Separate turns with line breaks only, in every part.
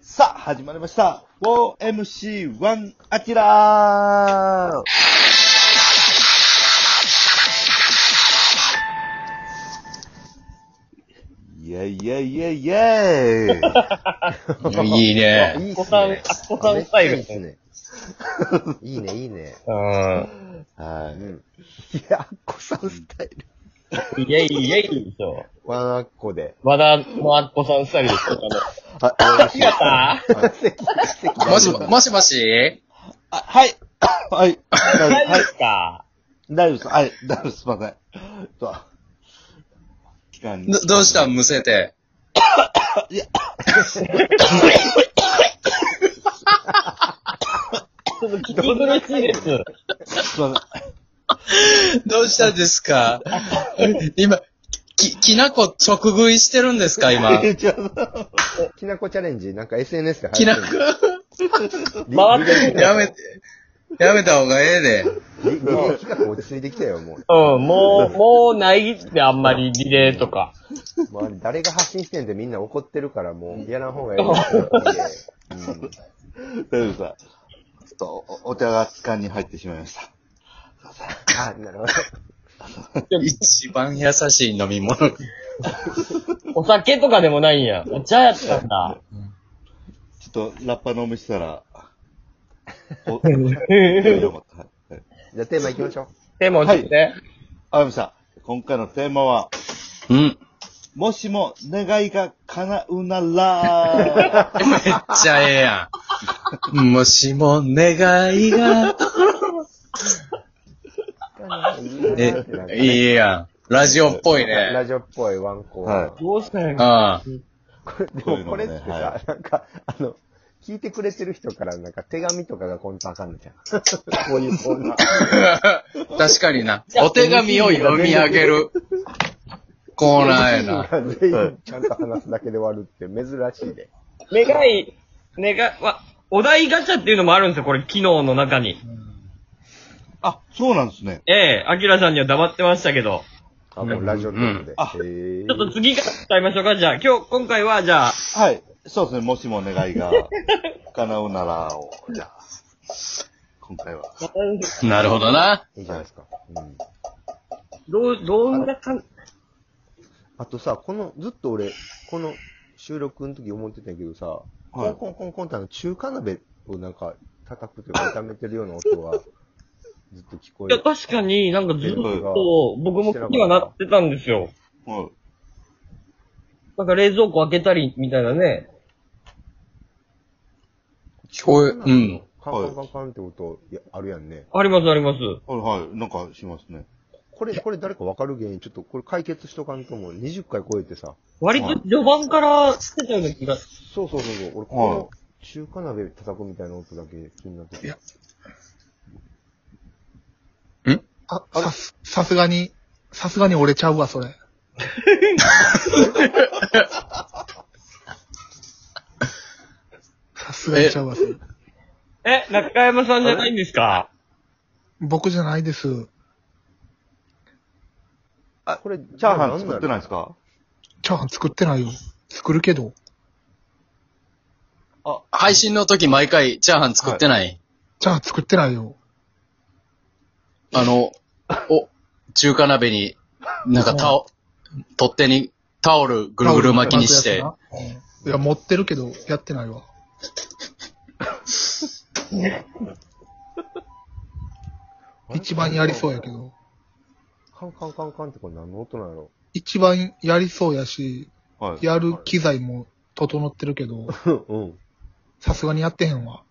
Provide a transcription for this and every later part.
さあ、始まりました。OMC1 アキラーイェイイェイイェイイ ェイ
いい
あ
ね。
いいっ
子
す
さん、アッ
ね。
コさんスタイルで
めっち
す
ゃい
ね。
いっすね。いいね、いいね。
うん。
は
う
い。
ん。いや、アッコさんスタイル。
イェイイェイでしょ。
ワンアッコで。
和田のアッコさんスタイルですよ。
あ、
あの、あ
あの席、席
もし、もしもし
あはい。はい。
大丈
は
夫で
い。
すか
大丈夫です。はい。大丈夫です。すいません。そう。期間に
ど、どうしたんむせて。
ちょっと聞き苦しいです。
すいません。
どうしたんですかあれ今、き、きなこ直食いしてるんですか今。
え 違う
きなこチャレンジ、なんか SNS で
きな
流
こ
行、ってる。
回って
やめて、やめた方がええで。
リリリレー企画落ち着いてきたよ、もう。
うん、もう、もうないってあんまりリレーとか。
まあ、誰が発信してんでみんな怒ってるから、もうやらん方がいいですよ。うん
大丈夫です。ちょっとお、お手が期間に入ってしまいました。
あ、なるほど。
一番優しい飲み物。
お酒とかでもないんや。お茶やったんだ。
ちょっと、ラッパ飲みしたら、お、およかった。はい。
じゃあテーマ行きましょう。
でもね、
あみさん、今回のテーマは、
うん。
もしも願いが叶うなら、
めっちゃええやん。もしも願いが、え、
い
いいやん。ラジオっぽい
ラ
ね。
ジオっぽいワンコーナー。
はい
どうしたんやろ
ああ。
これ、で
こういうのも
もこ
ね
れってさ、
はい
なんか、あの、聞いてくれてる人からなんか手紙とかがコントあかんのじゃん。こういうコーナ ー。
確かにな。お手紙を読み上げるコーナーや な。
全員ちゃんと話すだけで終わるって珍しいで。
願い、願い、わ、お題ガチャっていうのもあるんですよ、これ、機能の中に。
あ、そうなんですね。
ええアキラさんには黙ってましたけど。
あ、もうラジオトークで。
あ
へ
ちょっと
ー
次から伝えましょうか、じゃあ。今日、今回は、じゃあ、
はい。そうですね、もしも願いが叶うならを、じゃあ、今回は。
なるほどな。
いいじゃないですか。うん。
どう、どんな感
あとさ、この、ずっと俺、この収録の時思ってたけどさ、
はい
コンコンコンコンってあの中華鍋をなんか叩くというか炒めてるような音がずっと聞こ
い
え
や、
る。
確かになんかずっと僕も気
に
にはなってたんですよ。
はい。
なんか冷蔵庫開けたりみたいなね。
聞こえ、うん。
カンカンカンカンって音、いや、あるやんね。
ありますあります。
はい、はい。なんかしますね。
これ、これ誰かわかる原因、ちょっとこれ解決しとかんともう20回超えてさ。
割と序盤からしてたような気が。
そうそうそうそう。俺、この中華鍋叩くみたいな音だけ気になって
い
た
や。あ、あれ、さすがに、さすがに折れちゃうわ、 それ。さすがにちゃうわ、それ。
え、中山さんじゃないんですか
僕じゃないです。
これ、チ
チャーハン作ってないですか
チャーハン作ってないよ。作るけど。
配信の時毎回チャーハン作ってない。
チャーハン作ってないよ。
あの、お、中華鍋に、なんかタオ、取っ手にタオルぐるぐる巻きにして、
タオル巻くやつな。うんいや、持ってるけど、やって ないわ。一番やりそうやけど。
カンカンカンカンってこれ何の音なんやろ
一番やりそうやし、
はい。
やる機材も整ってるけど、
うん。
さすがにやってへんわ。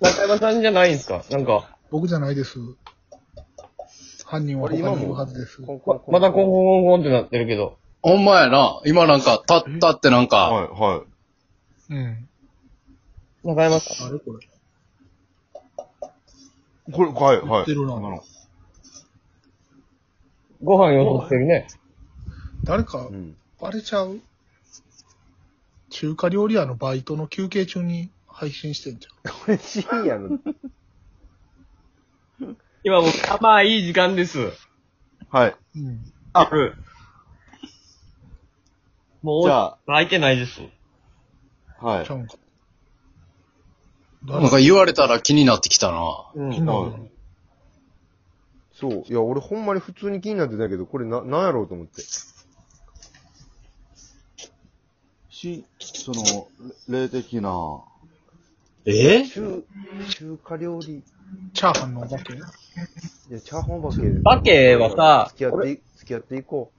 中山さんじゃないんですかなんか、
僕じゃないです。犯人は他
俺今
にいる
も
はずです。
コンコンコン。
またコンコンコンコンってなってるけど。
ほんまやな。今なんか、たったってなん
は
か、
い、はい。
うん。
中山さん。
あれこれ。
これ、はい、はい。
売ってるな
あの
ご飯よそってるね。
誰か
う、ん。
バレちゃう中華料理屋のバイトの休憩中に配信してんじゃ
これ深夜の、
今もう、あまあいい時間です。
はい。
ん。うん。
ある。もう、
じゃあ
開いてないです。
はい
ちゃ。うんか。
なんか言われたら気になってきたな。
う
気に
ん。
なる
そう。いや、俺ほんまに普通に気になってたけど、これな、なんやろうと思って。
し、その、霊的な、
え
中、中華料理。
チャーハンのお化け
いや、チャーハンお化け。
化けはさ
付き合ってい、付き合っていこ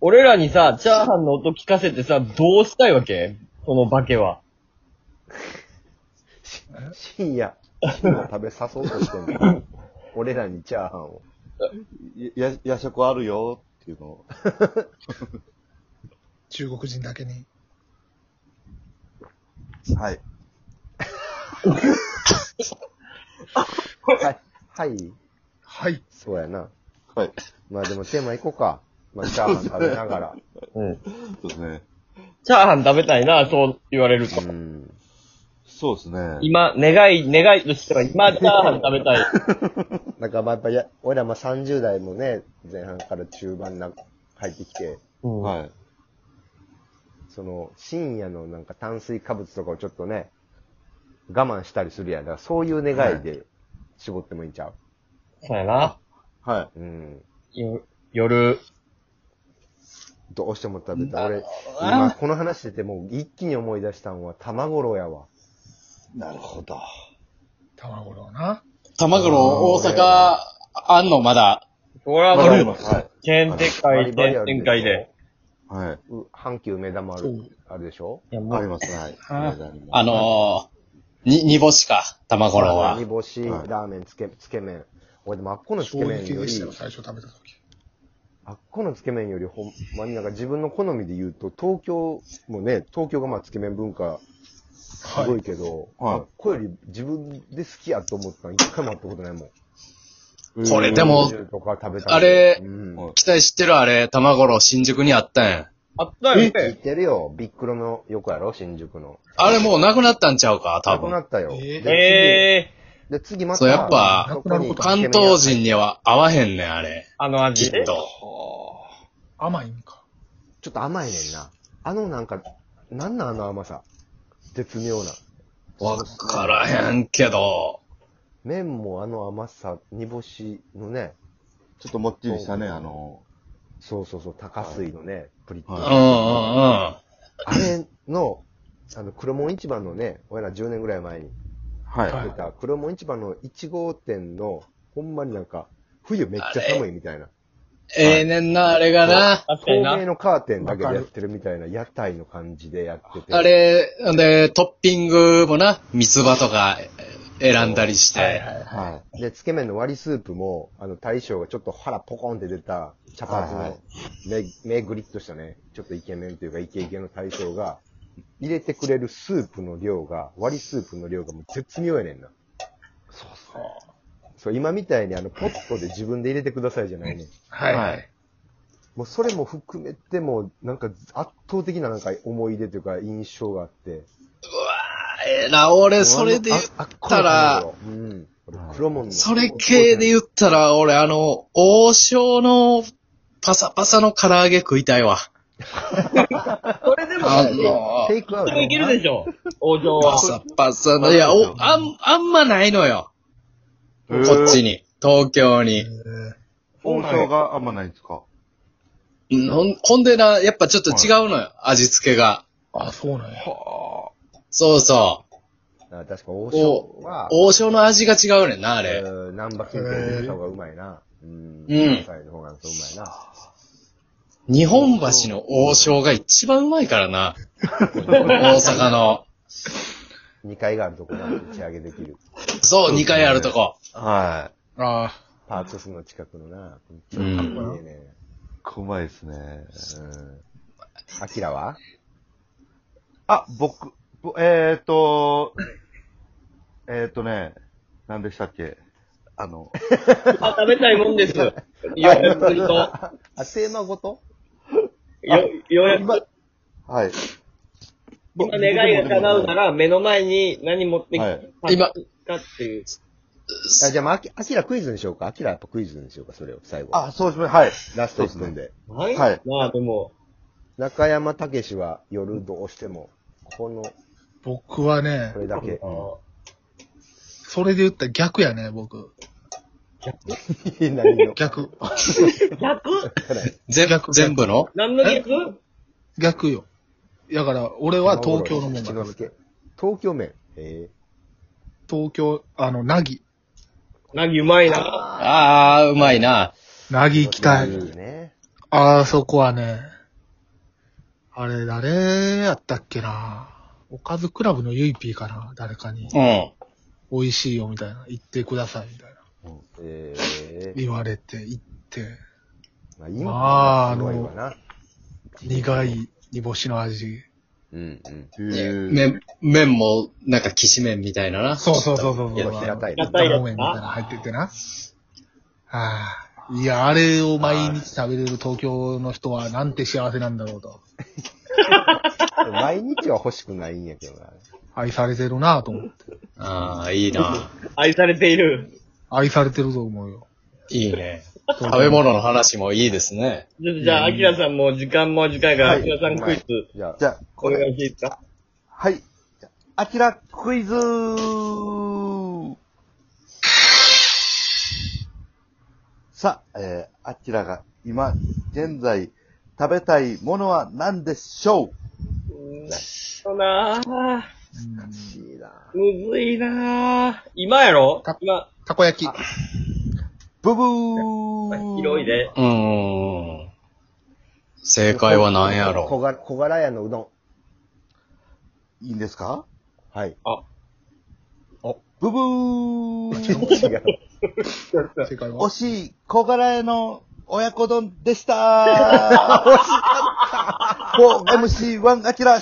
俺らにさ、チャーハンの音聞かせてさ、どうしたいわけその化けは。
う。深夜、深夜食べさそうとしてんの。 俺らにチャーハンを。
や、夜食あるよっていうのを。
中国人だけに。
はい。
はい。はい。
はい。
そうやな。
はい。
まあでもテーマいこうか。まあ、チャーハン食べながら。
うん。
そうですね。
チャーハン食べたいな、そう言われると。
うん。
そうですね。
今、願い、願いとしては、今、チャーハン食べたい。
なんかまあやっぱや、俺らまあ30代もね、前半から中盤な、入ってきて、
うん
はい。
その、深夜のなんか炭水化物とかをちょっとね、我慢したりするやん。だからそういう願いで絞ってもいいんちゃう、
そうやな。
は
うん。
よ夜。
どうしても食べた。俺、今この話しててもう一気に思い出したんは卵ろうやわ。
い。なるほど。
卵のな。
玉黒大阪、あんのまだ。
俺は
わかり
もう、
ます。はい。
チェーン展
バ
開、
リ
チ
バリ
ェーン
あるでしょ
展開で。。
はい。
う阪急目玉ある
そう、
あるでしょ
いや、も
あり
う、
ます。はい。
あ
ります
あのー、に、煮干しか、玉
ほ
黒は
煮。干し、
はい
ラーメン、つけ、つけ麺。俺でもあっこのつけ
衝
麺
撃
よ
で
り
した、よ、最初食べた時。
あっこのつけ麺よりほんまになんか自分の好みで言うと、東京もね、東京がまあつけ麺文化すご
はい
けど、
はい
あっこより自分で好きやと思ったの一回もあったことないもん。
これでも、
40とか食べた
あれ
うん。
はい
期待してるあれ、玉五郎新宿にあったんやん。
あったよ
言っ
ね。
てるよ。ビックロの横やろ、新宿の。
あれもうなくなったんちゃうか、多
なくな
分。
ったよ。
えー
で
ええ
次で、次また。
そうやっぱ
そこに
関東人には合わへんねん、あれ。
ー、あの
き
味
っ。と。
甘いんか。
ちょっと甘いねんな。あのなんか、なんなんあの甘さ。絶妙な。
わからへんけど。
麺もあの甘さ、煮干しのね、
ちょっともっちりしたね、あの、
そうそうそう、高水のね、プリッと。
うん
は
う
い
んうん。
あれの、あの、黒門市場のね、俺ら10年ぐらい前に
はい。
は
出た、黒門市場の1号店の、ほんまになんか、冬めっちゃ寒いみたいな。
ええねんな、あれがな。
確かに
透
な。
明のカーテンだけでやってるみたいな屋台の感じでやってて。
あれ、んで、トッピングもな、三つ葉とかえ選んだりして。
は
で、つけ麺の割りスープも、あの、大将がちょっと腹ポコンって出た、茶髪
はいは
の、目、目グリッとしたね、ちょっとイケメンというかイケイケの大将が、入れてくれるスープの量が、割りスープの量がもう絶妙やねんな。そうそう。そう、今みたいにあの、ポットで自分で入れてくださいじゃないねん。
はい。
は
は
い。
い
もうそれも含めても、なんか圧倒的ななんか思い出というか印象があって。
ええな、俺、それで言った
あ
ら、
っこの頃ようん。俺黒門の。
それ系で言ったら、俺、あの、王将のパサパサの唐揚げ食いたいわ。
それでも、
あの、
テイクアウト
でもいけるでしょ。王城は
パ。サパサの、いや、お、あん、あんまないのよ。
い。
こっちに。東京に。
王将があんまないんですか
うんほんほんでな、やっぱちょっと違うのよ。味付けが。
あ、そうなんや。
そうそう。
あ確か王将は、
王将の味が違うねんな、あれ。
うん難波近辺の方がうまいな。うん。
うん
関西の方がそううまいな。
日本橋の王将が一番うまいから な。大阪の。
2階があるとこな打ち上げできる。
そう、2階あるとこ。
は
あ
パークスの近くの
う
な。かっ
ん。
こいいね。
い。うまいですね。
うん。アキラは
あ、僕、ぼえーと、えーとね、何でしたっけあの、
あ、食べたいもんです。ようやくすると。
あ、テーマごと
よ、ようやく、
はい。
今願いが叶うなら、目の前に何持ってき
はい
今
たっていう。
あじゃあ、まあ、アキアキラクイズにしようか。アキラやっぱクイズにしようか、それを最後。
あ、そうですね、はい。
ラスト1分で。
はいまあでも、
中山武は夜どうしても、この
僕はね
こ、れだけ。
それで言ったら逆やね、僕。
何の
逆。
逆
全
逆
全部の
何の逆
逆よ。だから、俺は東京のもん
七
が
之助東京麺。え
東京、あの、なぎ。
なぎうまいな。
ああ、うまいな。
なぎ行きたい。
ー、いいね。
あそこはね、あれ、誰やったっけな。おかずクラブのゆいぴーかな、誰かに。
うん。
美味しいよ、みたいな。行ってください、みたいな。
えー、
言われて、行って、
まあ、今、
まあ
すごいわな。
苦い煮干しの味。
うん、うん。
へー
麺、麺も、なんか、きしめんみたいなな。
そうそうそうそうそう。
いや
平たいな
あの。卵麺みたいなの入っててな。ああ。いや、あれを毎日食べれる東京の人はなんて幸せなんだろうと。
毎日は欲しくないんやけどな。
愛されてるなぁと思って。
ああ、いいな。
愛されている。
愛されてると思うよ。
いいね。食べ物の話もいいですね。
ちょっとじゃあ、アキラさんも時間も時間が、
は
ア
い
キラさんクイズ、
じゃあ、
じゃあ、
お
こ
願
れ。
いしていいですか
はい。あちらクイズーさあ、えー、あちらが今、現在、食べたいものは何でしょ
そうなぁ。
ういいな
むずいなぁ。今やろ
た
今、
たこ焼き。
ブブー
広い。で。
うーん。正解は何や
小
ろ
柄小柄屋 のうどん。
いいんですか
はい。
ブブー
違う。
正解は
惜。しい小柄屋の 親子丼でしたー !4MC1 アキラ